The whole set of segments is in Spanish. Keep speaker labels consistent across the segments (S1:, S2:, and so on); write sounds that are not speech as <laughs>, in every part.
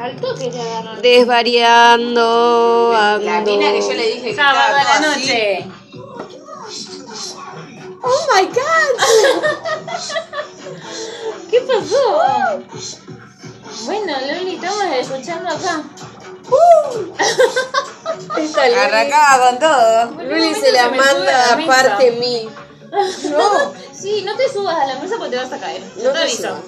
S1: Al toque te agarran.
S2: Desvariando.
S3: La mina que yo le dije que
S4: Sábado
S3: estaba
S4: a la
S3: todo así.
S4: noche.
S2: Oh my god.
S1: ¿Qué pasó? Bueno, Loli, estamos escuchando acá.
S3: Uh.
S2: Esta Luli-
S3: Arrancaba con todo.
S2: Luli se la
S4: me sube
S2: manda
S4: a la mesa.
S2: aparte mí. No.
S1: Sí, no te subas a la mesa porque te vas a caer.
S2: No
S1: No
S2: te
S1: te aviso.
S2: subas.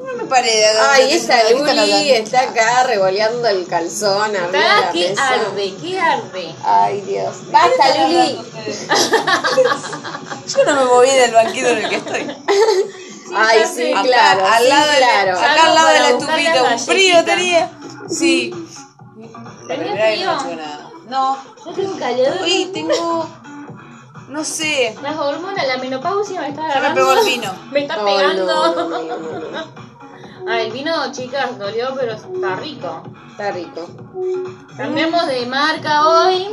S3: No me paré de agarrar.
S2: Ay,
S3: No,
S2: esa
S3: ¿de qué están
S2: Luli
S3: hablando?
S2: está acá revoleando el calzón arriba de
S1: Está
S2: la
S1: que
S2: mesa.
S1: arde, que arde.
S2: Ay, Dios. Basta, Luli.
S3: Yo no me moví del banquito en el que estoy.
S2: Ay,
S1: ya
S2: sí,
S1: sé.
S3: Acá,
S2: claro.
S3: al
S2: sí,
S3: lado de la-
S2: claro.
S3: acá al lado de la
S1: Salgo para
S3: estufita,
S1: buscar
S3: un
S1: la
S3: frío
S1: galletita.
S3: tenía. Sí. La
S1: ¿Tenía
S3: primera vez que no
S1: frío?
S3: tuve nada. No,
S1: Yo tengo calor.
S3: hoy tengo. No sé.
S1: Las hormonas, la menopausia me está
S3: Ya me
S1: agarrando.
S3: pegó el vino.
S1: <laughs> Me está
S2: Ay, no, no,
S1: pegando.
S2: no, no,
S1: <laughs>
S2: no.
S1: Ah, el vino, chicas, dolió, pero está rico.
S2: Está rico.
S1: Cambiamos de marca hoy.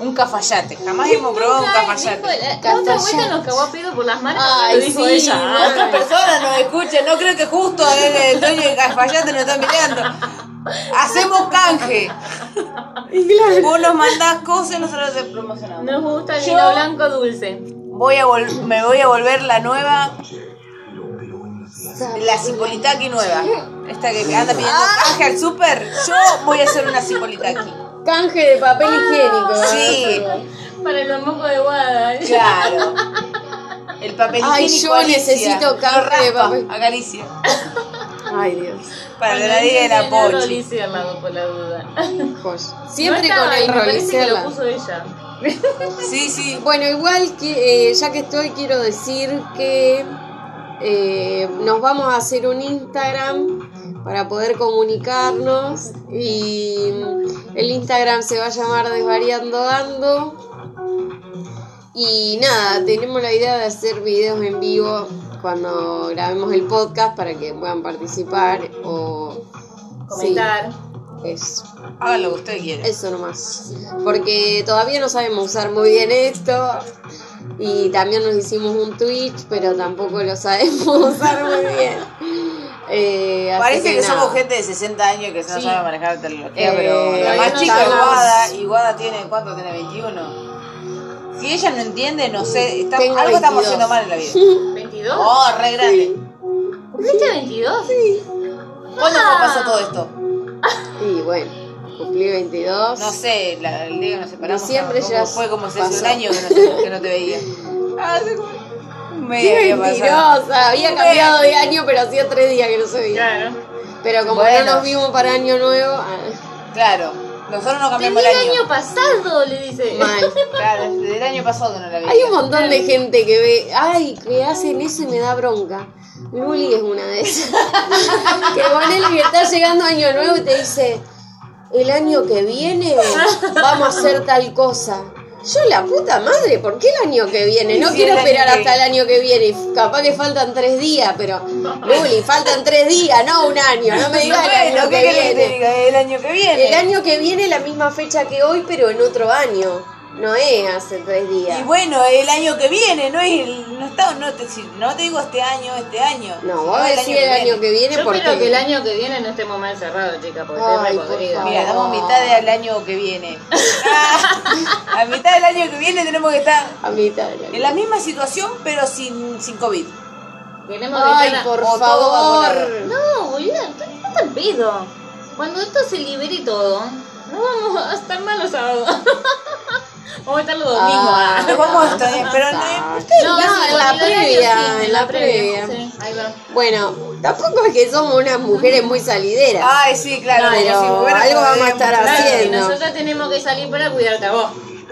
S3: Un cafayate. Jamás hemos probado un
S1: Dijo
S3: cafayate.
S1: la- La otra vuelta
S2: Cafayate.
S1: nos cagó a pedo por las marcas.
S2: Ay,
S1: lo dijo
S2: sí,
S1: ella.
S2: marca.
S3: Otras personas Ah, nos escuchan. No creo que justo el, el dueño de cafayate nos está mirando. Hacemos canje. Vos nos mandás cosas y nosotros te promocionamos.
S1: Nos gusta el
S3: Yo-
S1: vino blanco dulce.
S3: Voy a vol- me voy a volver la nueva. La Cipolitaki nueva. Esta que anda pidiendo
S2: Ah.
S3: canje al súper. Yo voy a hacer una Cipolitaki.
S2: Canje de papel higiénico.
S3: Ah, Sí,
S1: Para los mocos de guada.
S3: claro. El papel
S2: Ay,
S3: higiénico
S2: yo
S3: Alicia.
S2: necesito
S3: Lo
S2: canje de
S3: raspa,
S2: papel.
S3: Acaricia.
S2: Ay, Dios.
S3: Para la vida de la pochi.
S1: Loli al lado por la duda.
S2: Joya. Siempre
S1: No
S2: con
S1: estaba ahí,
S2: el
S1: Me parece que lo
S2: rolicerla.
S1: puso ella.
S3: Sí, sí.
S2: Bueno, igual que eh, ya que estoy, quiero decir que eh, nos vamos a hacer un Instagram para poder comunicarnos y el Instagram se va a llamar Desvariando Dando. Y nada, tenemos la idea de hacer videos en vivo cuando grabemos el podcast para que puedan participar o
S1: Comentar.
S2: Sí, eso.
S3: Hagan lo que ustedes quieran.
S2: Eso nomás. Porque todavía no sabemos usar muy bien esto. Y también nos hicimos un Twitch, pero tampoco lo sabemos <laughs> usar muy bien. Eh, así
S3: Parece que
S2: nada.
S3: somos gente de 60 años que no
S2: Sí.
S3: sabe manejar tecnología,
S2: Eh,
S3: pero la
S2: todavía
S3: más
S2: no
S3: chica es
S2: sabemos.
S3: Guada, y Guada tiene, ¿cuánto tiene? 21. Si ella no entiende, no sé, está-
S2: Tengo
S3: algo estamos
S2: 22.
S3: haciendo mal en la vida.
S1: ¿22?
S3: Oh, re grande.
S1: ¿Cumpliste 22? Sí.
S3: ¿Cuándo fue pasó todo esto?
S2: Y bueno, cumplí 22. <laughs>
S3: No sé, la- el día que nos separamos.
S2: Diciembre
S3: ¿cómo
S2: ya
S3: fue como si hace
S2: pasó.
S3: un año que no, te- que no te veía. Ah, hace como- Me
S2: ¡Qué
S3: había pasado.
S2: mentirosa! Había cambiado de año, pero hacía tres días que no se veía.
S1: Claro.
S2: Pero como
S3: Bueno.
S2: no nos vimos para año nuevo, ah,
S3: Claro, nosotros
S1: Tenía
S3: no cambiamos
S1: el
S3: el año.
S1: año pasado, le dice. <laughs>
S2: mal.
S3: Claro, desde el año pasado que no la veía.
S2: Hay un montón de gente que ve, ay, que hacen eso y me da bronca. Luli es una de esas. <laughs> que ponele que está llegando año nuevo y te dice, el año que viene vamos a hacer tal cosa. Yo la puta madre, ¿por qué el año que viene? No
S3: Sí,
S2: quiero
S3: el año
S2: esperar
S3: que
S2: hasta el año que viene. y Capaz que faltan tres días, pero Luli, faltan tres días, no un año. No me digas el año
S3: <laughs> Bueno, ¿qué
S2: que
S3: querés que te
S2: viene.
S3: diga? El año que viene.
S2: El año que viene la misma fecha que hoy, pero en otro año. No es hace tres días.
S3: Y bueno, el año que viene, no es el, no está, no te, si- no te digo este año, este año.
S2: No,
S3: sino
S2: vos decís el año que viene
S1: Yo
S2: porque.
S1: espero que el año que viene no estemos más encerrados, chicas, porque
S2: Ay,
S1: estoy re
S2: por
S1: podrida.
S2: favor.
S3: Mira, estamos a mitad del año que viene. Ah, <laughs> a mitad del año que viene tenemos que estar
S2: A mitad del año.
S3: en la misma situación, pero sin, sin COVID.
S1: Tenemos que
S2: Ay,
S1: estar-
S2: por
S3: o todo
S2: favor.
S3: vacunado.
S1: No, boluda, ¿qué qué tan pedo? Cuando esto se libere todo, no vamos a estar mal los sábados. <laughs> vamos a estar los domingos.
S2: Ah,
S1: ah.
S3: Nos vamos a estar, pero no,
S2: Ustedes
S1: No,
S2: van en la
S1: el horario
S2: previa.
S1: sí,
S2: En la previa.
S1: sí, ahí va.
S2: Bueno, tampoco es que somos unas mujeres muy salideras.
S1: Ah,
S3: Ay, sí, claro.
S2: Pero
S3: como si fuera
S2: algo vamos a
S3: como
S2: estar
S3: de-
S1: Claro, y
S2: haciendo.
S1: nosotros tenemos que salir para cuidarte a vos.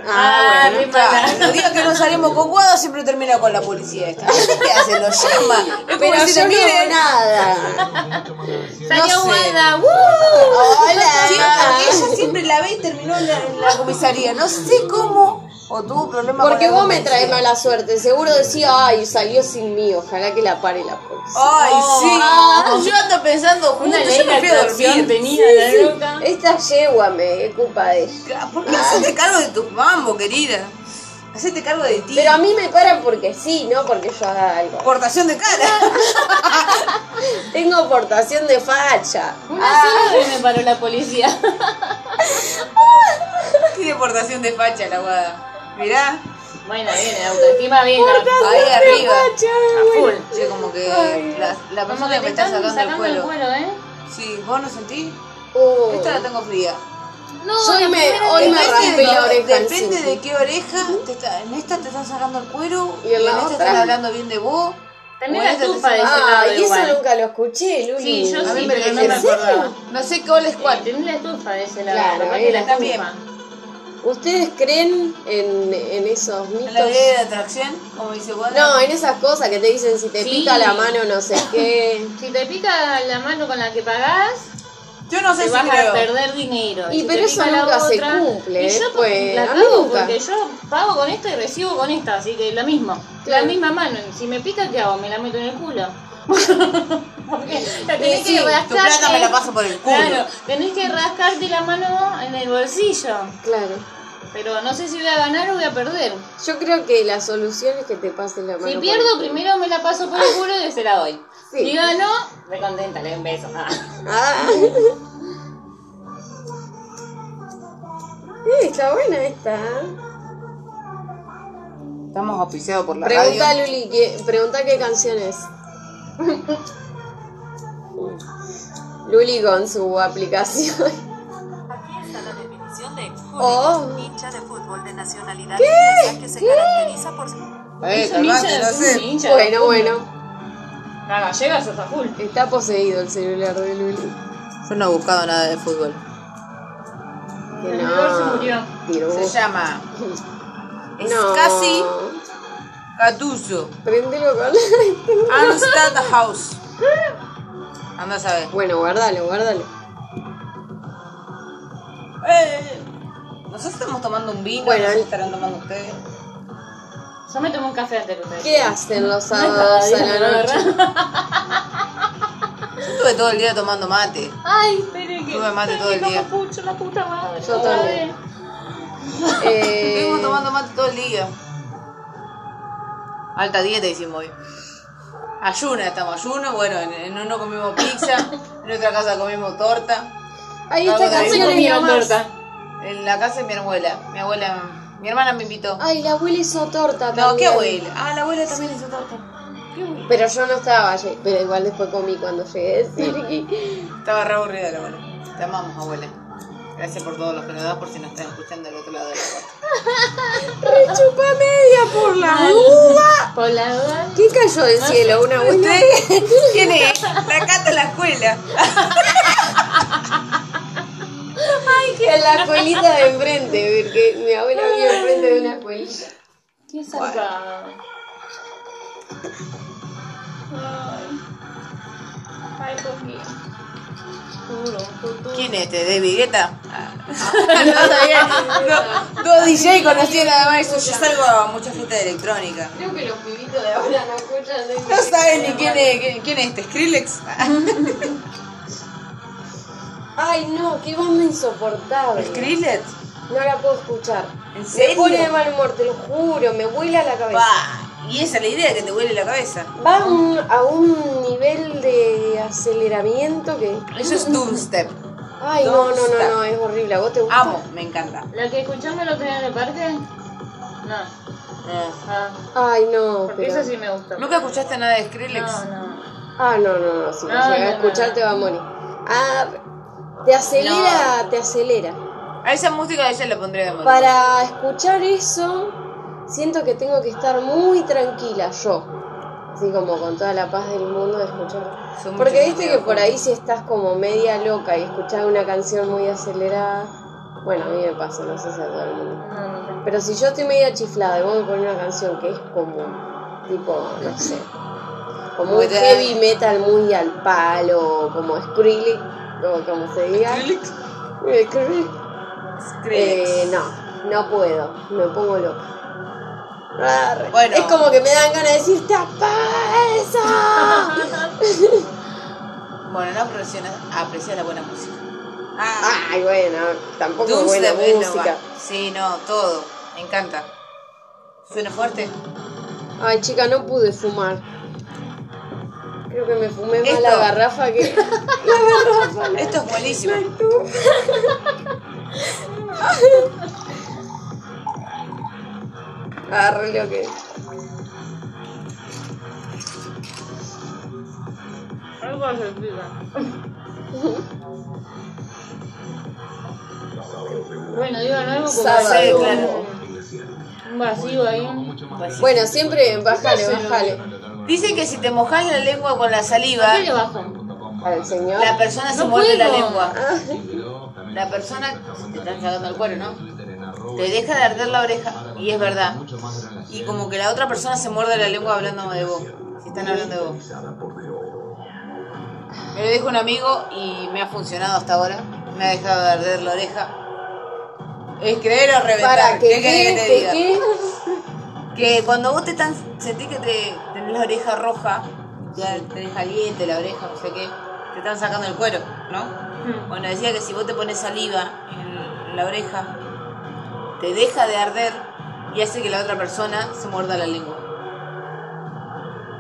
S2: Ah,
S1: re mala.
S3: Claro, Los días que no salimos con Guado siempre termina con la policía esta. ¿Qué hace? Lo llama. Es como
S2: Pero
S3: si
S2: yo
S3: te
S2: no veo
S3: miren.
S2: nada.
S1: <laughs> Salió
S3: sé.
S1: Wanda, ¡woo!
S2: Hola.
S3: Siempre- ella siempre la ve y terminó en la, en la comisaría. No sé cómo. O tuvo problemas
S2: Porque
S3: con la
S2: vos me traes
S3: comisaría.
S2: mala suerte. Seguro decía, ay, salió sin mí. Ojalá que la pare la policía.
S1: Oh,
S3: Ay, sí.
S2: Ah.
S3: Yo ando pensando,
S1: Una
S3: justo,
S1: ley
S3: Oh, yo me
S1: de
S3: fui a
S1: atracción
S3: dormir.
S1: tenía la loca.
S2: Esta yegua me culpa de ella.
S3: ¿Por qué no hacete cargo de tu mambo, querida? Hacete cargo de
S2: <laughs>
S3: ti.
S2: Pero a mí me paran porque sí, no porque yo haga algo.
S3: Portación de cara.
S2: portación de facha.
S1: Una sola vez me paró la policía. <laughs>
S3: Qué deportación de facha la guada. Mirá,
S1: Bueno, bien, la autoestima bien.
S3: ahí arriba.
S2: facha,
S3: A full.
S2: bueno.
S3: Sí, como que
S2: Ay.
S3: la, la
S1: Como que
S3: persona que
S1: te
S3: me está
S1: están
S3: sacando, el cuero.
S1: ¿eh?
S3: Sí, vos no sentís.
S2: Oh.
S3: Esta la tengo fría.
S1: No,
S2: Yo
S1: Ah, la
S2: me-
S1: primera
S2: hoy
S1: vez
S2: me
S1: que-
S2: arranqué. raspé la oreja al
S3: Depende
S2: simple.
S3: de qué oreja. te está- en esta te están sacando el cuero
S2: Y en la
S3: esta
S2: otra-
S3: están hablando bien de vos.
S1: Tenés
S3: Bueno,
S1: la
S3: esta te
S1: estufa de
S3: sale-
S1: ese
S2: Ah,
S1: lado
S2: y
S1: igual.
S2: eso nunca lo escuché, Luli.
S1: Sí, yo
S3: A mí
S1: sí,
S3: me
S1: pero no
S3: quedé
S1: me
S3: sin-
S1: acordaba.
S3: No sé cuál es cuál.
S1: Tenés la estufa de ese lado.
S2: Claro,
S1: capaz
S2: ahí
S1: que
S2: la
S1: la
S3: está bien.
S1: estufa.
S2: ¿Ustedes creen en, en esos
S3: En la
S2: mitos?
S3: ley de atracción, como dice Wanda.
S2: No, en esas cosas que te dicen si te
S1: Sí.
S2: pica la mano no sé qué.
S1: Si te pica la mano con la que pagás,
S3: Yo no sé
S1: te
S3: si
S1: vas
S3: creo.
S1: a perder dinero.
S2: Y
S1: Si
S2: pero
S1: te
S2: eso
S1: pica la
S2: nunca se
S1: otra-
S2: cumple,
S1: Y yo
S2: pues,
S1: la
S2: a mí
S1: cago
S2: nunca.
S1: porque yo pago con esta y recibo con esta, así que lo mismo.
S2: Claro.
S1: La misma mano. y Si me pica, ¿qué hago? Me la meto en el culo. <laughs> porque la tenés
S2: Y sí,
S1: que
S2: tu
S1: rascarte.
S3: Tu plata me la paso por el culo.
S1: Claro, tenés que rascarte la mano en el bolsillo.
S2: Claro.
S1: Pero no sé si voy a ganar o voy a perder.
S2: Yo creo que la solución es que te pases la mano.
S1: Si
S2: por
S1: pierdo,
S2: el-
S1: primero me la paso por el culo y se la doy.
S2: Sí.
S1: Si gano, me contenta, le doy un beso. Ah.
S2: Ah. <laughs> Eh, está buena esta. ¿eh?
S3: Estamos auspiciados por la
S2: Pregunta
S3: radio.
S2: Luli, que, pregunta qué canción es. Luli con su aplicación.
S4: Aquí está la definición de
S2: Oh.
S4: hooligan, hincha de fútbol de nacionalidad inglesa que se caracteriza por su
S3: Eh,
S1: Es un
S3: calmate,
S1: hincha,
S3: no
S1: es un
S3: sé.
S1: hincha.
S2: <laughs> Bueno, bueno.
S1: La gallega sos a full.
S2: Está poseído el celular de Luli.
S3: Yo no he buscado nada de fútbol.
S2: Que
S1: El
S2: no.
S1: dolor se murió.
S2: Tiró.
S3: Se
S1: <laughs>
S3: llama. Es
S2: No.
S3: casi Catuso.
S2: Prendelo con
S3: Amsterdam House. Anda a saber.
S2: Bueno, guárdalo, guárdalo.
S3: Eh, Nosotros estamos tomando un vino,
S2: Bueno,
S3: no sé
S2: el-
S3: si estarán tomando ustedes.
S1: Yo me tomo un café antes de ustedes.
S2: ¿Qué hacen los
S1: No
S2: sábados
S1: estaba
S2: a
S1: bien,
S2: la noche?
S1: verdad.
S3: Yo estuve todo el día tomando mate.
S1: Ay, pero que.
S3: Tuve mate
S1: ay,
S3: todo el
S1: no
S3: día.
S1: capucho, la puta madre.
S2: Yo
S1: otra
S2: también.
S1: vez.
S2: Eh,
S3: Estuvimos tomando mate todo el día. Alta dieta hicimos hoy. Ayuna, estamos ayuno. Bueno, en, en uno comimos <laughs> pizza, en otra casa comimos torta.
S2: Ahí esta
S3: Vamos a ver.
S2: canción
S1: ¿Dónde
S2: es la
S1: comieron
S2: más.
S1: torta?
S3: En la casa de mi abuela. Mi abuela, mi hermana me invitó.
S2: Ay, la abuela hizo torta
S3: No, ¿qué
S2: también.
S3: Ah, abuela? Ah, la abuela también hizo torta.
S2: Pero yo no estaba allí, pero igual después comí cuando llegué
S3: <laughs>
S2: de Sirki.
S3: Estaba re aburrida la abuela. Te amamos, abuela. Gracias por todos los que nos das, por si nos están escuchando del otro lado de la puerta.
S2: Rechupa media por la
S1: Mal.
S2: duda.
S1: Por la duda.
S2: ¿Qué cayó del cielo? ¿Una buena? <laughs>
S3: ¿Quién es? <laughs> La cata en la escuela.
S2: En la escuelita de enfrente, porque mi abuela vive enfrente de una escuelita.
S1: Qué zarpado. Ay. Ay, por mí. Juro, juro.
S3: ¿Quién es este? ¿David Guetta? <laughs>
S2: No sabía.
S3: No, dos DJ conocían además eso. Yo salgo a mucha fiesta de electrónica.
S2: Creo que los pibitos de ahora no escuchan. de-
S3: No saben ni quién es, quién- quién es este, Skrillex.
S2: Ay, no, qué banda insoportable.
S3: <laughs> ¿Skrillex?
S2: No la puedo escuchar.
S3: ¿En
S2: Me pone de
S3: serio?
S2: mal humor, te lo juro, me vuela la cabeza.
S3: Pa, Y esa es la idea, que te huele la cabeza.
S2: Va a un- a un nivel de aceleramiento que.
S3: Eso es Doomstep.
S2: Ay, no, no, no,
S3: Doomstep.
S2: no, es horrible. ¿A vos te gusta?
S3: Amo, me encanta.
S1: ¿La que escuchamos el otro día en el parque? No.
S3: No.
S1: Ah,
S2: Ay, no.
S1: porque
S2: Pero...
S1: esa sí me gustó.
S3: ¿Nunca escuchaste nada de Skrillex?
S1: No, no.
S2: Ah, no, no, no. Si lo
S1: No,
S2: llegas
S1: no,
S2: a
S1: no,
S2: escuchar,
S1: no.
S2: te va a morir. Ah, te acelera, te acelera.
S3: A esa música ella la pondría de moda.
S2: Para escuchar eso, siento que tengo que estar muy tranquila yo. Así como con toda la paz del mundo de escuchar.
S3: Son muchos
S2: Porque viste que
S3: videojuegos.
S2: por ahí si estás como media loca y escuchás una canción muy acelerada, bueno, a mí me pasa, no sé si a todo el mundo.
S1: No, no, no.
S2: Pero si yo estoy media chiflada y vos me pones una canción que es como, tipo, no sé, como un
S3: Como te-
S2: heavy metal muy al palo, como Skrillex, o como se diga.
S3: Skrillex.
S2: Eh, Skrillex.
S3: Skrillex.
S2: Eh, no, no puedo, me pongo loca. Arre.
S3: Bueno.
S2: Es como que me dan ganas de decir, tapa eso.
S3: <laughs> Bueno, no aprecias, aprecias la buena música. Ah,
S2: Ay, bueno, tampoco es
S3: Doomsday
S2: buena
S3: es lo
S2: música.
S3: va- Sí, no, todo. Me encanta. ¿Suena fuerte?
S2: Ay, chica, no pude fumar. Creo que me fumé más
S3: Esto.
S2: la garrafa que. La garrafa. la-
S3: Esto es buenísimo.
S2: Agarré lo que.
S1: Algo se olvida. Bueno, digo nuevo porque
S2: Sábado.
S1: hay
S3: Sí,
S1: un-
S3: claro.
S1: un vacío ahí.
S2: Bueno, siempre bajale,
S1: Dáselo.
S2: bajale.
S3: Dicen que si te mojas la lengua con la saliva,
S1: ¿Qué le bajo?
S2: Al señor.
S3: la
S2: <laughs>
S3: persona se
S1: No
S3: muerde la
S1: puedo.
S3: lengua. La persona te están sacando el cuero, ¿no? Te deja de arder la oreja, y es verdad. Y como que la otra persona se muerde la lengua hablando de vos. Si están hablando de vos. Me lo dijo un amigo y me ha funcionado hasta ahora. Me ha dejado de arder la oreja. Es creer o reventar.
S2: Para que
S3: ¿Qué querés
S2: qué,
S3: que te
S2: que
S3: diga?
S2: qué.
S3: Que cuando vos te tan, sentís que te tenés la oreja roja, ya tenés caliente la oreja, no sé qué, te están sacando el cuero,
S1: Hmm.
S3: ¿no? Bueno, decía que si vos te pones saliva en la oreja, te deja de arder y hace que la otra persona se muerda la lengua.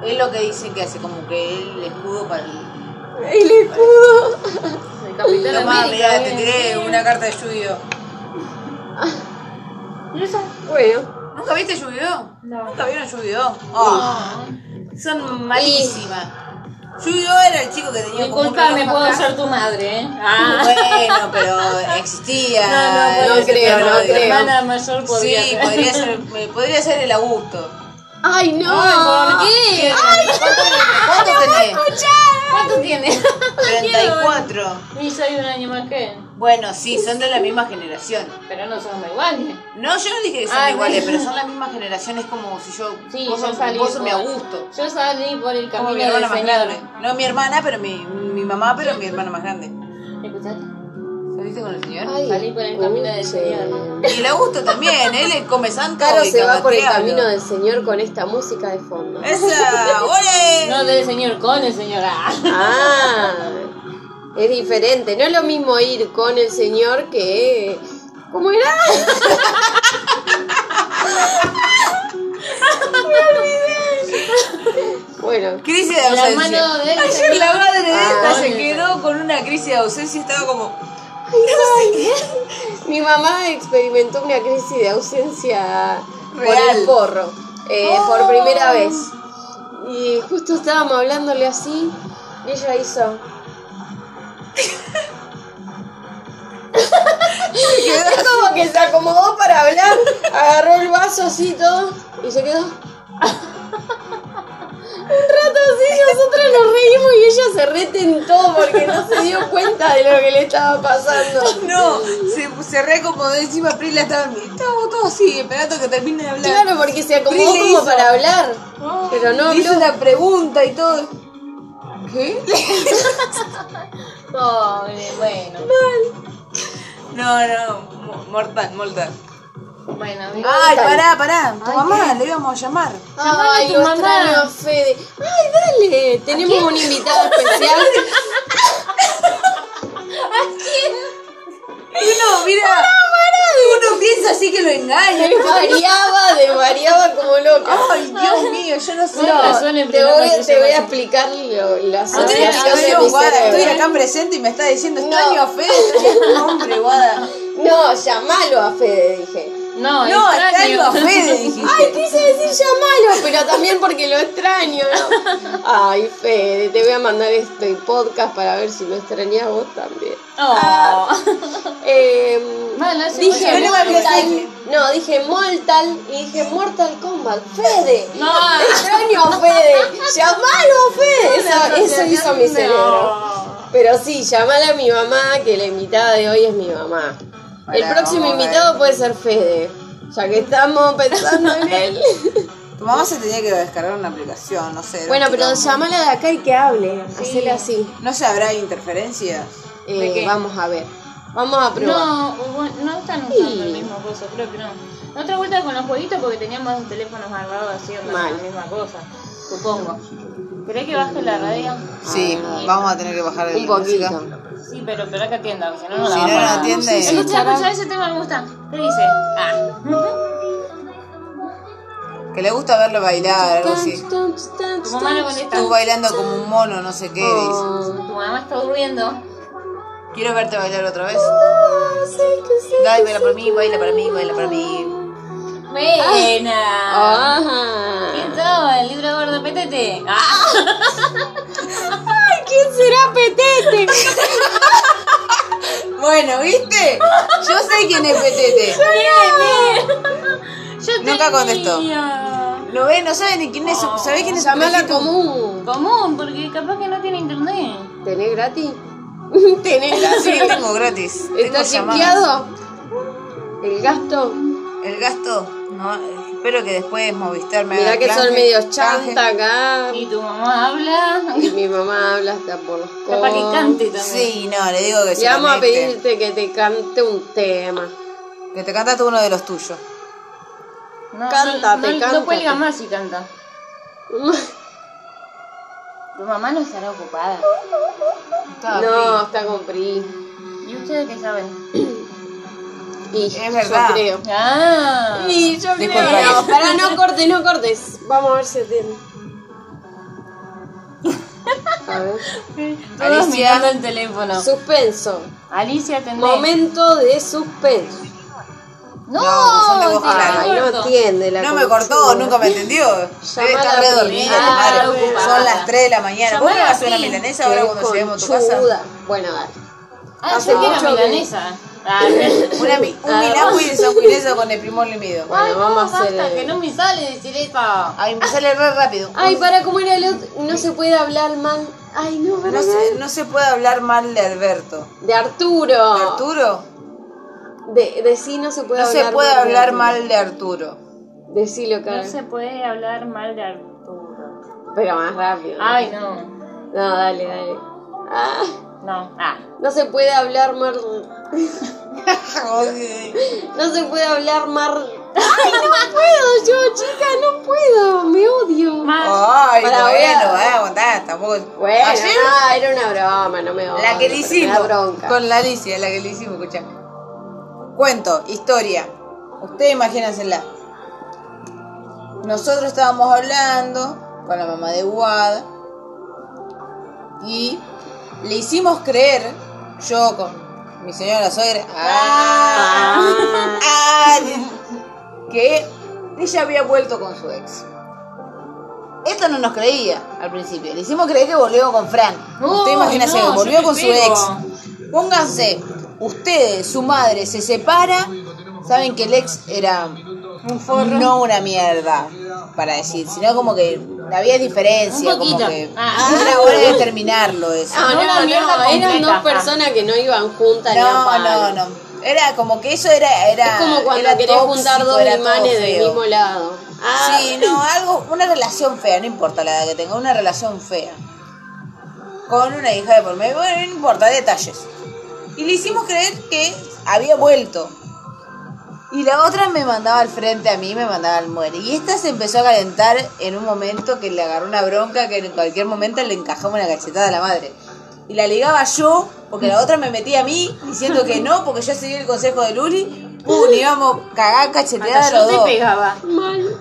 S3: Es lo que dicen que hace, como que el escudo para el...
S2: El escudo.
S1: El Capitán
S3: Tomá, mirá,
S1: América.
S3: te tiré una carta de lluvio.
S1: ¿Y eso?
S2: Bueno.
S3: ¿Nunca viste lluvio?
S1: No.
S3: ¿Nunca vieron Ah. lluvio?
S1: Ah.
S3: Son malísimas.
S2: malísimas.
S3: Lluvio era el chico que tenía
S1: Mi
S3: como un
S1: culpa,
S3: reloj
S1: me
S3: acá.
S1: puedo ser tu madre, ¿eh? Ah.
S3: Bueno, pero existía.
S1: No,
S2: no, no
S3: ese
S2: creo, no
S3: episodio.
S1: Mi
S2: creo.
S1: hermana mayor podría
S3: Sí,
S1: ser.
S3: podría ser, eh, podría ser el Augusto.
S2: Ay, no.
S1: Ay, ¿por qué?
S3: ¿Cuánto, cuánto tenés?
S1: <laughs> ¿Cuánto tiene?
S3: 34.
S1: Y soy un año más que él.
S3: Bueno, sí, son de la misma generación.
S1: Pero no somos iguales.
S3: No, yo no dije que son
S1: Ay,
S3: iguales,
S1: bueno.
S3: pero son la misma generación. Es como si yo.
S1: Sí,
S3: vos
S1: yo
S3: sos-
S1: salí
S3: vos sos
S1: por-
S3: mi Augusto.
S1: Yo salí por el
S3: Como
S1: camino
S3: mi
S1: del
S3: hermana más
S1: Señor.
S3: grande. No mi hermana, pero mi, mi mamá, pero mi hermana más grande.
S1: ¿Escuchaste?
S3: ¿Saliste con el señor?
S2: Ay,
S1: Salí por el camino del
S2: uche.
S1: Señor.
S3: Y el Augusto también, él es comezán
S2: Caro se va por el
S3: cabateado.
S2: camino del Señor con esta música de fondo.
S3: ¡Esa! ¡Ole!
S1: No del Señor, con el Señor. <laughs> Ah.
S2: Ah, es diferente. No es lo mismo ir con el Señor que. ¿Cómo era? <laughs> bueno,
S3: Crisis de
S1: El
S3: ausencia.
S1: hermano de él.
S3: Ayer la madre de
S2: Ah,
S3: esta se
S1: coño.
S3: quedó con una crisis de ausencia y estaba como.
S2: mi mamá experimentó una crisis de ausencia por
S3: Real.
S2: el porro, eh,
S3: Oh.
S2: por primera vez. Y justo estábamos hablándole así y ella hizo.
S3: Se quedó
S2: Es como que se acomodó para hablar, agarró el vaso así todo y se quedó. Un rato así, nosotros nos reímos y ella se retentó porque no se dio cuenta de lo que le estaba pasando.
S3: No, se, se recomodó encima Pri la estaba. Estábamos todos así, esperando que termine de hablar.
S2: Claro, porque se acomodó
S3: Pri le
S2: como
S3: hizo-
S2: para hablar, pero no
S3: Le hizo
S2: habló.
S3: una pregunta y todo. ¿Qué?
S1: Pobre, bueno.
S3: No, no, mo- mortal, mortal.
S2: Ah,
S1: Bueno, mi-
S3: Ay, pará, pará. Tu
S2: Ay,
S3: mamá, le íbamos a llamar.
S1: a
S2: Ay,
S1: tu
S2: lo
S1: mamá.
S2: extraño a Fede. Ay, dale, tenemos un invitado especial. <laughs>
S3: Y uno, mira. Uno piensa así que lo engaña.
S2: Me variaba, desvariaba como loca.
S3: Ay, Dios mío, yo no sé.
S1: Con
S2: No,
S1: razón, en
S2: te
S1: primera
S2: voy,
S1: clase
S2: te voy a
S1: yo-
S2: explicar lo, la
S3: No tiene
S1: ver,
S3: explicación,
S1: a ver,
S3: Guada. Estoy acá presente y me está diciendo
S2: No.
S3: extraño a Fede, extraño a tu nombre,
S2: <laughs>
S3: Guada.
S2: No, llamalo a Fede, dije.
S1: no,
S3: No,
S1: extraño.
S3: extraño
S1: <laughs>
S3: a Fede, dijiste.
S2: Ay, quise decir llamalo, pero también porque lo extraño. ¿no? Ay, Fede, te voy a mandar este podcast para ver si lo extrañas vos también.
S1: Oh.
S2: Eh,
S1: Bueno, ese
S2: dije
S1: bueno,
S3: bueno,
S2: Mortal,
S3: bueno.
S2: no, dije Mortal y dije Mortal Kombat. Fede,
S1: No,
S2: extraño a Fede, llamalo a Fede. Eso, eso hizo mi cerebro.
S1: no.
S2: Pero sí, llamala a mi mamá, que la invitada de hoy es mi mamá.
S3: Pará,
S2: El próximo
S3: vamos a ver.
S2: invitado puede ser Fede, ya que estamos pensando en
S3: <laughs>
S2: él.
S3: Tu mamá se tenía que descargar una aplicación, no sé. era
S2: Bueno,
S3: un
S2: pero
S3: quilombo.
S2: llamala de acá y que hable, hacele así.
S3: No se habrá interferencias.
S2: Eh,
S1: ¿De qué?
S2: vamos a ver, vamos a probar.
S1: No, bueno, no están usando
S2: Sí.
S1: el mismo coso, creo que no. La otra vuelta con los jueguitos porque teníamos los teléfonos al lado haciendo
S2: Mal.
S1: la misma cosa, supongo. ¿Querés que baje la radio?
S3: Sí, vamos a tener que bajar el
S2: Ah. Un poquito.
S1: Sí, pero espera que atienda, porque si no, no la
S3: Si no,
S1: vamos
S3: no
S1: a-
S3: atiende.
S1: Escucha, escucha, ese tema me gusta. ¿Qué dice? Ah.
S3: Que le gusta verlo bailar, algo así.
S1: Tu mamá no contesta.
S3: Estuvo bailando como un mono, no sé qué.
S2: Oh.
S3: dice.
S1: Tu mamá está durmiendo.
S3: Quiero verte bailar otra vez. Dale, baila para mí, baila para mí, baila para mí.
S1: Buena.
S2: Ah.
S1: Listo, el libro gordo, métete. Ah,
S2: Ay, ¿quién será Petete?
S3: Bueno,
S2: <laughs>
S3: ¿viste? Yo sé quién es Petete.
S1: bien, bien. Yo
S3: Nunca
S1: tenía-
S3: contestó. No ve, no sabe ni quién es. ¿Sabés quién es
S2: Llamala
S3: Pejito?
S2: común.
S1: Común, porque capaz que no tiene internet.
S2: ¿Tenés
S3: <laughs>
S2: gratis? ¿Tenés
S3: Ah, Sí,
S2: <laughs> gratis?
S3: tengo gratis.
S2: ¿Está
S3: Tengo llamadas.
S2: chequeado? ¿El gasto?
S3: El gasto, no, eh, espero que después Movistar me
S2: Mirá
S3: haga
S2: que son
S3: canje,
S2: medios
S3: canje.
S2: chanta acá.
S1: Y tu mamá habla.
S2: Y mi mamá habla hasta por los codos.
S1: Capaz que cante también.
S3: Sí, no, le digo que
S2: Y
S3: se
S2: vamos a
S3: conecte.
S2: pedirte que te cante un tema.
S3: Que te cantaste uno de los tuyos.
S1: No,
S2: Cántate,
S1: no, no,
S2: cántate.
S1: No cuelga más si canta. Tu mamá no estará ocupada.
S2: <laughs>
S3: Estaba
S2: No, está con PRI.
S1: ¿Y ustedes qué saben?
S2: Y
S3: Es verdad.
S2: yo creo.
S1: Ah.
S2: Y yo
S3: Dijo
S2: creo.
S3: el país.
S2: No, pará, no cortes, no cortes. Vamos a ver si atiende. A ver.
S1: Todos
S3: Alicia.
S1: mirando el teléfono.
S2: Suspenso.
S1: Alicia atendé.
S2: Momento de suspenso.
S1: No,
S3: buzón de voz
S1: te
S3: clara.
S2: Ay, no
S1: corto.
S2: atiende la
S3: No me cortó,
S2: conchuda.
S3: nunca me entendió. Debe
S2: Llamala
S3: estar re
S2: primero.
S3: dormida,
S1: Ah,
S3: tu madre.
S1: ocupada.
S3: Son las 3 de la mañana. ¿Vos no
S1: Llamala
S3: vas a hacer una
S1: así,
S3: milanesa ahora
S2: Qué
S3: cuando lleguemos a tu casa?
S2: conchuda. Bueno, dale.
S1: Ah,
S2: Hace
S1: yo quiero
S2: mucho que-
S1: milanesa. Ah,
S3: Una, mi-
S2: Ah,
S3: un milagro y sanguinesa con el primor limido.
S2: Bueno,
S1: Ay, no,
S2: vamos a
S1: basta,
S2: hacer el-
S1: que no me sale decir eso.
S3: Ay, me sale re rápido.
S2: Ay, para cómo era el otro. No se puede hablar mal. Ay, no, para.
S3: No se, no se puede hablar mal de Alberto.
S2: De Arturo.
S3: ¿Arturo?
S2: De, de sí no se puede
S3: No
S2: hablar
S3: se puede
S2: de
S3: hablar
S2: Arturo.
S3: mal de Arturo.
S2: Decilo,
S1: No
S2: cara.
S1: se puede hablar mal de Arturo.
S2: Pero más rápido.
S1: Ay, no.
S2: No, dale, dale. Ah,
S1: No. Ah.
S2: no se puede hablar mal. No se puede hablar mal. Ay, <laughs> no puedo yo, chica, no puedo. Me odio.
S1: Más.
S3: Ay,
S2: Para
S3: bueno,
S2: ver.
S3: eh, aguantá, tampoco.
S2: Bueno,
S3: Ayer,
S2: no, era una broma, no me odio.
S3: la que
S2: pero
S3: le
S2: me da
S3: hicimos.
S2: bronca.
S3: Con la Alicia, la que le hicimos, escuchá. Cuento, historia. Ustedes imagínensela. Nosotros estábamos hablando con la mamá de Wad y le hicimos creer, yo con mi señora suegra, ah, ah, que ella había vuelto con su ex. Esto no nos creía al principio. Le hicimos creer que volvió con Fran. Usted
S1: Uy,
S3: imagínense,
S1: no, yo
S3: volvió
S1: me
S3: con su
S1: pego.
S3: ex. Pónganse, ustedes, su madre se separa. Saben que el ex era no una mierda, para decir, sino como que había diferencia,
S1: Un poquito.
S3: como que
S1: Ah, ah.
S3: era hora de terminarlo eso.
S2: No,
S1: No,
S2: no,
S1: la mierda
S2: no, eran
S1: completa,
S2: dos
S1: ajá.
S2: personas que no iban juntas ni a
S3: No,
S2: palo.
S3: no, no. Era como que eso era. era
S2: Es como cuando
S3: era
S2: querés
S3: tóxico,
S2: juntar dos
S3: era todo
S2: imanes del
S3: feo.
S2: mismo lado. Ah,
S3: Sí, no, algo, una relación fea, no importa la edad que tenga, una relación fea. Con una hija de por medio, bueno, no importa, detalles. Y le hicimos creer que había vuelto. Y la otra me mandaba al frente a mí, me mandaba al muere. Y esta se empezó a calentar en un momento que le agarró una bronca que en cualquier momento le encajaba una cachetada a la madre. Y la ligaba yo, porque la otra me metía a mí diciendo que no, porque yo seguí el consejo de Luli.
S1: <laughs>
S3: Pum, íbamos cagar cacheteada
S1: Hasta
S3: los
S1: yo te
S3: dos.
S1: pegaba.
S2: mal.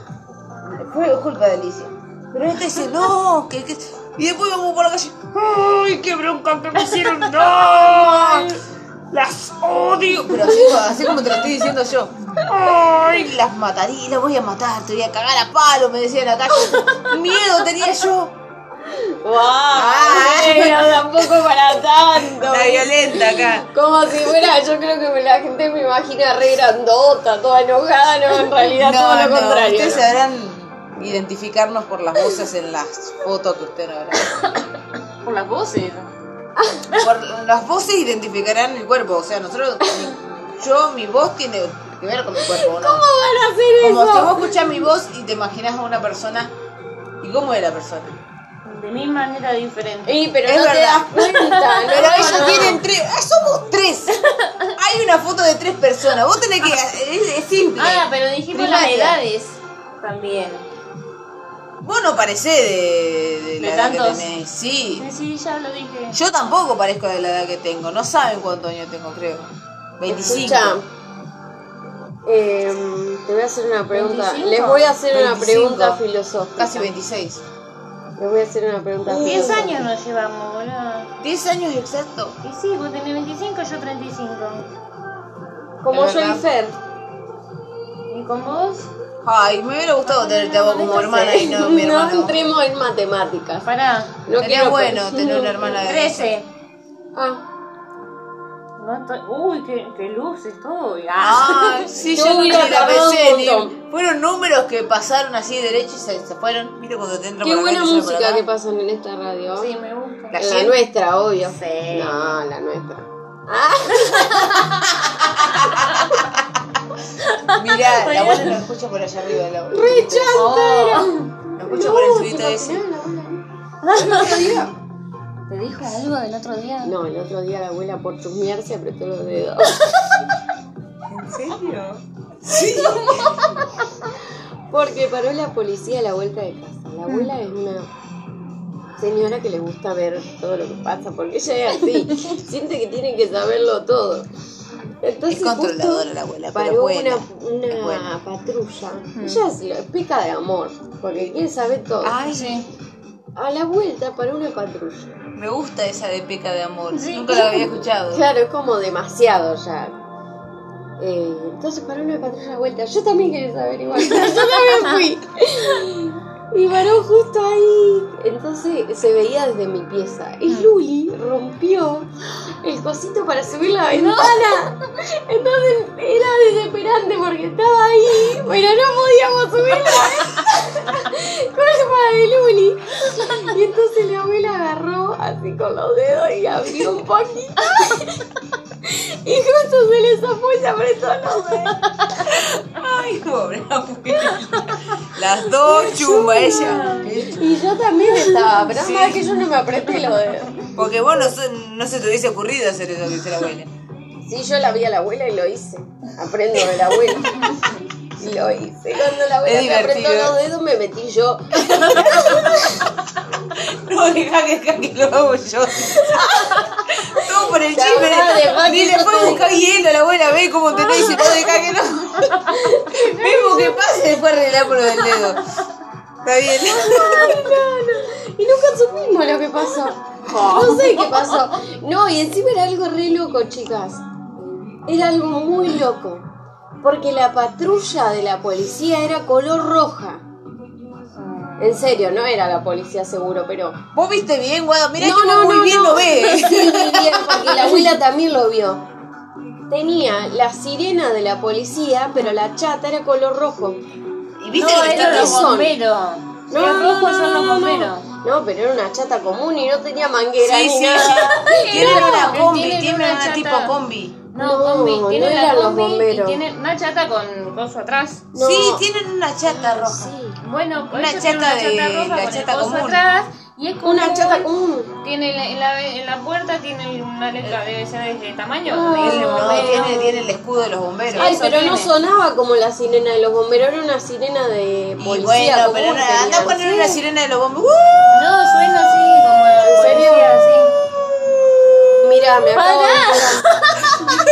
S3: Fue culpa de Alicia. Pero este dice, no, que, que... Y después vamos por la calle. ¡Ay, qué bronca que me <laughs> hicieron! ¡No! ¡Las odio! Pero así, así como te lo estoy diciendo yo. ¡Ay, <laughs> las mataría! ¡Las voy a matar! ¡Te voy a cagar a palo! Me decían acá. <laughs> ¡Miedo tenía yo!
S2: Wow,
S3: Ay. <laughs>
S2: pero Ah, tampoco para tanto.
S3: violenta acá.
S2: Como si fuera, yo creo que me- la gente me imagina re grandota, toda enojada, no, en realidad todo lo contrario.
S3: Ustedes
S2: ¿no?
S3: sabrán identificarnos por las voces en las fotos que usted no verá.
S1: Por las voces.
S3: Por las voces identificarán el cuerpo, o sea, nosotros, mi- yo, mi voz tiene que ver con mi cuerpo, ¿no?
S2: ¿Cómo van a hacer
S3: Como si
S2: eso?
S3: vos escuchás mi voz y te imaginas a una persona, ¿y cómo es la persona?
S1: De mi manera diferente.
S2: Y, pero
S3: Es
S2: no te
S3: verdad.
S2: das
S3: <laughs>
S2: cuenta, ¿no?
S3: Pero ellos tienen tres, ¡ah, somos tres! Hay una foto de tres personas, vos tenés que, es, es simple.
S1: Ah, pero dijimos las
S3: Primaria.
S1: edades también.
S3: Vos no parecés de, de la
S1: De
S3: edad que
S1: tantos.
S3: tenés, sí.
S1: Sí, ya lo dije.
S3: Yo tampoco parezco de la edad que tengo, no saben cuántos años tengo, creo. 25.
S2: Escucha, Em, te voy a hacer una pregunta.
S1: 25.
S2: Les voy a hacer una
S3: 25.
S2: pregunta filosófica.
S3: Casi 26.
S2: Les voy a hacer una pregunta
S1: 10
S2: filosófica.
S1: años nos llevamos, boludo.
S3: 10 años exacto.
S1: Y sí, vos tenés 25, yo 35.
S2: Como
S3: Es
S2: yo y
S3: verdad.
S2: Fer.
S1: ¿Y con vos?
S3: Ay, me hubiera gustado tenerte a vos como hermana y
S2: <laughs>
S3: no mi
S2: no
S3: hermano.
S2: entremos en matemáticas.
S1: Pará.
S2: No
S3: Sería
S2: quiero pues.
S3: bueno tener una hermana de
S1: 13.
S2: Ah,
S1: No estoy- Uy, qué, qué luz estoy. Ah.
S3: Ah, sí,
S2: Yo
S3: yo ni
S2: hubiera
S3: la
S2: tardado un
S3: besé, ni-
S2: montón.
S3: Fueron números que pasaron así derecho y se, se fueron. Mira cuando te entra
S2: qué
S3: por acá y
S2: buena
S3: te sale por
S2: música
S3: acá.
S2: que Eh, pasan en esta radio.
S1: Sí, me gusta.
S2: la
S3: La gente-
S2: nuestra, obvio.
S1: Sí.
S2: No, la nuestra.
S3: Mirá, la abuela lo escucha por allá arriba. La abuela.
S1: <laughs> Oh.
S3: Lo escucha por el subito ese.
S2: <laughs>
S1: ¿Te dijo algo del otro día?
S2: No, el otro día la abuela por chusmear se apretó los dedos.
S3: ¿En serio?
S2: Porque paró la policía a la vuelta de casa. La abuela es una señora que le gusta ver todo lo que pasa, porque ella es así.
S3: <laughs>
S2: Siente que tiene que saberlo todo. Entonces,
S3: Es controladora
S2: justo
S3: la abuela, pero
S2: paró
S3: buena,
S2: una, una
S3: es buena.
S2: patrulla. Ella se lo explica de amor, porque quiere saber todo.
S3: Ay,
S1: Sí.
S2: A la vuelta paró una patrulla.
S3: me gusta esa de peca de amor. Nunca la
S2: <laughs>
S3: había escuchado.
S2: Claro, es como demasiado ya. Eh, entonces paró una patrulla de vuelta. Yo también quería saber igual. Yo también fui. Y paró justo ahí. Entonces se veía desde mi pieza. Y Luli rompió el cosito para subir la ventana. Entonces era desesperante porque estaba ahí, pero no podíamos subir la ventana. Culpa de Luli. Y entonces la abuela agarró así con los dedos y abrió un poquito. Y justo se le zafó y se apretó los dedos.
S3: Ay, pobre abuela. Las dos chumba ella.
S2: Y yo también estaba, pero es más que yo no me apreté los dedos.
S3: Porque vos no, se- no se te hubiese ocurrido hacer eso que hizo la abuela.
S2: Sí, yo la vi a la abuela y lo hice. Aprendo de la abuela. Y lo hice. Cuando la abuela
S3: Es
S2: me apretó
S3: divertido.
S2: los dedos, me metí yo.
S3: No, deja que, deja que lo hago yo. Todo por el
S2: La
S3: chisme.
S2: verdad, dejá
S3: Ni
S2: que
S3: le
S2: yo
S3: puedo
S2: te-
S3: buscar hielo a la abuela, ve cómo te lo dice, no deja que no. Vemos que pasa y después arreglamos lo del dedo. Está bien.
S2: Ay, no, no. Y nunca supimos lo que pasó. No sé qué pasó. No, y encima era algo re loco, chicas. Era algo muy loco. Porque la patrulla de la policía era color roja. En serio, no era la policía seguro, pero...
S3: Vos viste bien, guado. Mirá
S2: No,
S3: que
S2: no,
S3: vos muy
S2: no,
S3: bien
S2: no.
S3: lo ves.
S2: Sí, muy bien, porque la <laughs> abuela también lo vio. Tenía la sirena de la policía, pero la chata era color rojo.
S3: Y
S1: No,
S3: viste que está
S1: eran los
S2: son?
S1: bomberos.
S2: No,
S1: los
S2: no,
S1: rojos son los
S2: no, no,
S1: bomberos.
S2: No, pero era una chata común y no tenía manguera
S3: Sí,
S2: ni
S3: sí.
S2: nada.
S3: Tienen una combi,
S1: Tienen
S3: tienen,
S1: una
S3: una,
S1: chata.
S3: tipo combi.
S1: No,
S2: No,
S1: combi.
S2: no
S1: Tiene la
S2: eran los
S1: combi y
S2: bomberos.
S1: tiene una chata con coso atrás.
S2: No.
S3: Sí, tienen una chata roja.
S1: Bueno, por
S3: Una
S1: eso tiene
S3: chata de-
S1: una chata roja
S3: la
S1: con
S3: chata
S1: el coso
S3: común.
S1: atrás. Y es
S2: Una chata
S1: común.
S2: común.
S1: Tiene la- en, la, en la puerta tiene una letra, debe ser de este tamaño.
S2: Ah.
S1: dice
S3: No,
S1: bombero.
S3: tiene, tiene el escudo de los bomberos.
S2: Ay,
S1: Eso
S2: pero
S1: tiene.
S2: no sonaba como la sirena de los bomberos, era una sirena de
S3: y
S2: policía.
S3: bueno,
S2: común,
S3: pero no,
S2: tenía-
S3: anda a poner
S2: Sí.
S3: una sirena de los bomberos. ¡Uh!
S1: No, suena así, como la
S2: ¿En serio?
S1: policía, así.
S2: Mira, me acabo de enterar.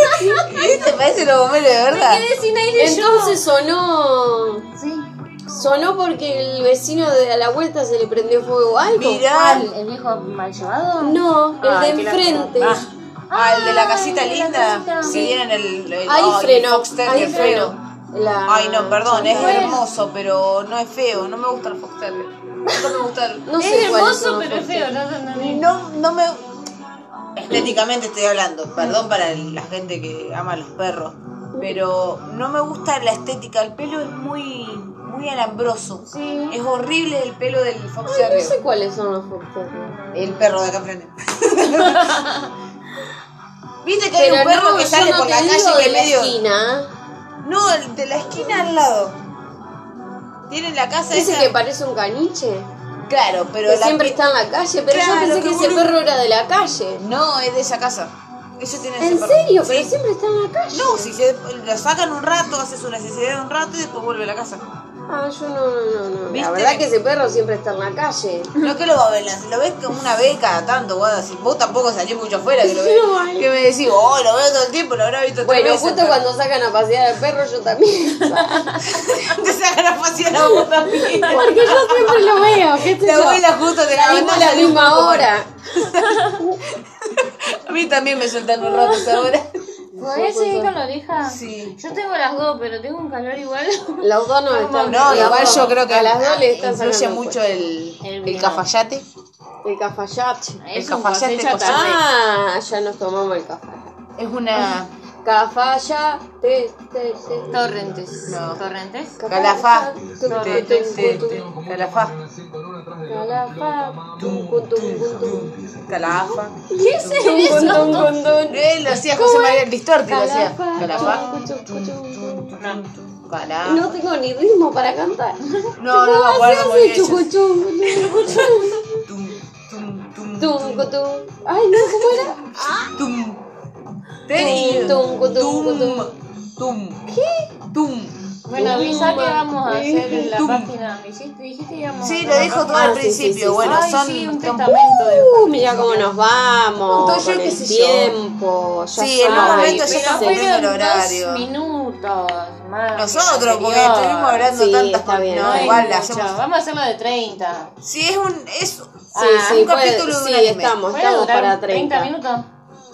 S3: ¿Te parece los bomberos de verdad?
S1: quedé sin aire
S2: Entonces sonó.
S1: yo. Sí.
S2: Sonó porque el vecino de a la vuelta se le prendió fuego a algo.
S3: Mirá.
S1: ¿El viejo mal llevado?
S2: No, el
S1: Ay,
S2: de
S1: que la-
S2: enfrente.
S1: Ah.
S3: Ah, el de la casita
S1: Ay, de la casita.
S3: linda. Si vieron el,
S2: Ahí
S3: el- ay, el
S2: frenó.
S3: Foxtel,
S2: ahí
S3: el freno.
S2: frenó. La-
S3: Ay, no, perdón, es
S1: Bueno.
S3: hermoso, pero no es feo. No me gusta el Foxtel. Nunca me gusta el...
S2: No sé
S1: es
S2: cuáles
S1: hermoso,
S2: son los
S1: pero es feo.
S2: Foxtel.
S1: No, no, no, no.
S3: No, no me. Estéticamente estoy hablando, perdón para el- la gente que ama a los perros, pero no me gusta la estética. El pelo es muy muy alambroso.
S1: Sí.
S3: Es horrible el pelo del Fox de
S2: Ay, No
S3: arriba.
S2: sé cuáles son los Foxtel.
S3: El perro de acá
S2: <laughs>
S3: enfrente. ¿Viste que hay
S2: Pero
S3: un perro
S2: no,
S3: que
S2: yo
S3: sale
S2: no
S3: por
S2: te
S3: la
S2: digo
S3: calle
S2: de
S3: que
S2: la
S3: medio.
S2: esquina.
S3: No, el de la esquina al lado. Tienen la casa
S2: Ese
S3: esa.
S2: que parece un caniche.
S3: Claro, pero
S2: que
S3: la-
S2: siempre está en la calle. Pero
S3: Claro,
S2: yo pensé
S3: que
S2: que ese
S3: boludo.
S2: perro era de la calle.
S3: No, es de esa casa. Ellos tienen ese
S2: ¿En
S3: perro.
S2: serio?
S3: Sí.
S2: Pero siempre está en la calle.
S3: No, si se, lo sacan un rato, hace su necesidad un rato y después vuelve a la casa.
S2: Ah, yo no, no, no, no. La
S3: ¿Viste?
S2: verdad que ese perro siempre está en la calle.
S3: No que lo va a ver, lo ves como una vez cada tanto, vos, así, vos tampoco salís mucho afuera que lo ves.
S2: No, ay.
S3: que me decís, oh, lo veo todo el tiempo, lo habrá visto
S2: Bueno,
S3: tres veces.
S2: justo cuando sacan a pasear al perro, yo
S3: <laughs>
S2: también.
S3: cuando te sacan a pasear a vos también.
S2: Porque yo siempre lo veo. ¿qué sé
S3: La
S2: yo?
S3: abuela justo te
S2: Salimos a la misma hora.
S3: A mí también me sueltan un rato esa hora.
S1: ¿Podrías seguir con la oreja?
S3: Sí.
S1: Yo tengo las dos, pero tengo un calor igual. <laughs>
S2: Los dos no están.
S3: No,
S2: los
S3: igual
S2: dos-
S3: yo creo que
S2: a las dos le están
S3: influye
S2: sacando
S3: mucho
S2: el,
S3: el,
S1: El
S3: el
S1: miedo.
S3: cafayate.
S2: cuerpo. el cafayate.
S1: Es
S3: El
S1: un
S3: cafayate
S1: cosecha
S3: con
S1: tarde.
S2: Ah, ya nos tomamos el cafayate.
S3: Es una
S2: Cafayate. te, te.
S1: Torrentes.
S3: No.
S1: ¿Torrentes?
S3: calafá.
S2: Tu, tu, tu,
S3: Te- te-
S2: tu,
S3: te-
S2: tu.
S3: Calafá.
S2: Calafá. Tum, cum, tum, cum, tum.
S3: Calafá.
S1: ¿Qué es
S2: Tum, cum,
S1: eso?
S2: tum, cum, tum.
S3: Él lo hacía José María el Distorti, lo hacía.
S2: Calafá.
S3: Calafá.
S2: Cuchu, cuchu, cuchu.
S3: Calafá.
S2: No tengo ni ritmo para cantar.
S3: No, no me acuerdo Ah,
S2: Se hace
S3: muy bien.
S2: chucu, chucu, chucu, chucu.
S3: Tum, tum, tum,
S2: Tum, cu, tum. Ay, no, ¿cómo era?
S3: tum. Tenis.
S2: Tum, tum, tum,
S3: tum. Tum.
S1: Bueno, avisa que vamos a hacer en la
S3: Tum.
S1: página. Me hiciste- dijiste que íbamos
S3: Sí,
S1: a
S3: lo
S1: hacer
S3: dijo
S1: la
S3: todo al
S2: Ah, sí, sí, sí, sí.
S3: principio. Bueno,
S1: Ay,
S3: son
S1: sí, un
S3: son-
S1: testamento de
S2: Uh, mira cómo nos vamos.
S3: Entonces, yo
S2: con
S3: qué
S2: el
S3: sé yo.
S2: tiempo. Ya
S3: Sí, en un
S2: saben,
S3: momento ya
S2: ¿viste?
S3: estamos
S1: Pero
S3: cumpliendo el
S1: fueron
S3: horario.
S1: dos minutos más.
S3: Nosotros, porque
S1: Anterior.
S3: estuvimos hablando
S2: Sí,
S3: tantas
S2: está bien.
S3: No,
S1: Ay,
S3: igual
S1: mucho.
S3: hacemos.
S1: Vamos a hacerlo de 30.
S3: Si es un. Es,
S2: Sí,
S1: Ah,
S2: sí,
S3: un
S2: puede-
S3: capítulo de un
S2: sí,
S3: anime.
S2: estamos,
S1: ¿Puede
S2: estamos
S1: durar
S2: para 30.
S1: minutos?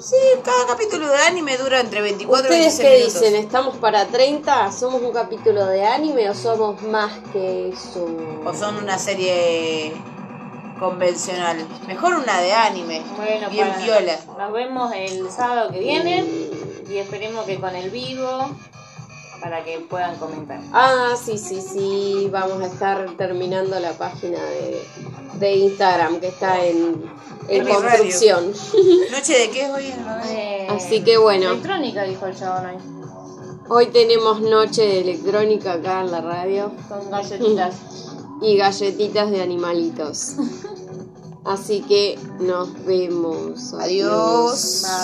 S3: sí, cada capítulo de anime dura entre 24 y
S2: ¿Ustedes
S3: 26
S2: qué
S3: minutos.
S2: dicen? ¿Estamos para 30? ¿Somos un capítulo de anime o somos más que eso?
S3: O son una serie convencional. Mejor una de anime.
S1: Bueno,
S3: bien
S1: para-
S3: viola.
S1: Nos vemos el sábado que viene y esperemos que con el vivo para que puedan comentar.
S2: Ah, sí, sí, sí. Vamos a estar terminando la página de, de Instagram que está en, en
S3: En mi
S2: construcción. <laughs>
S3: ¿Noche de qué es hoy? No, eh.
S1: Eh,
S2: Así que bueno.
S1: Electrónica, dijo el chabón hoy.
S2: Hoy tenemos noche de electrónica acá en la radio
S1: Con galletitas.
S2: y galletitas de animalitos. Así que nos vemos.
S3: Adiós.
S1: Bye.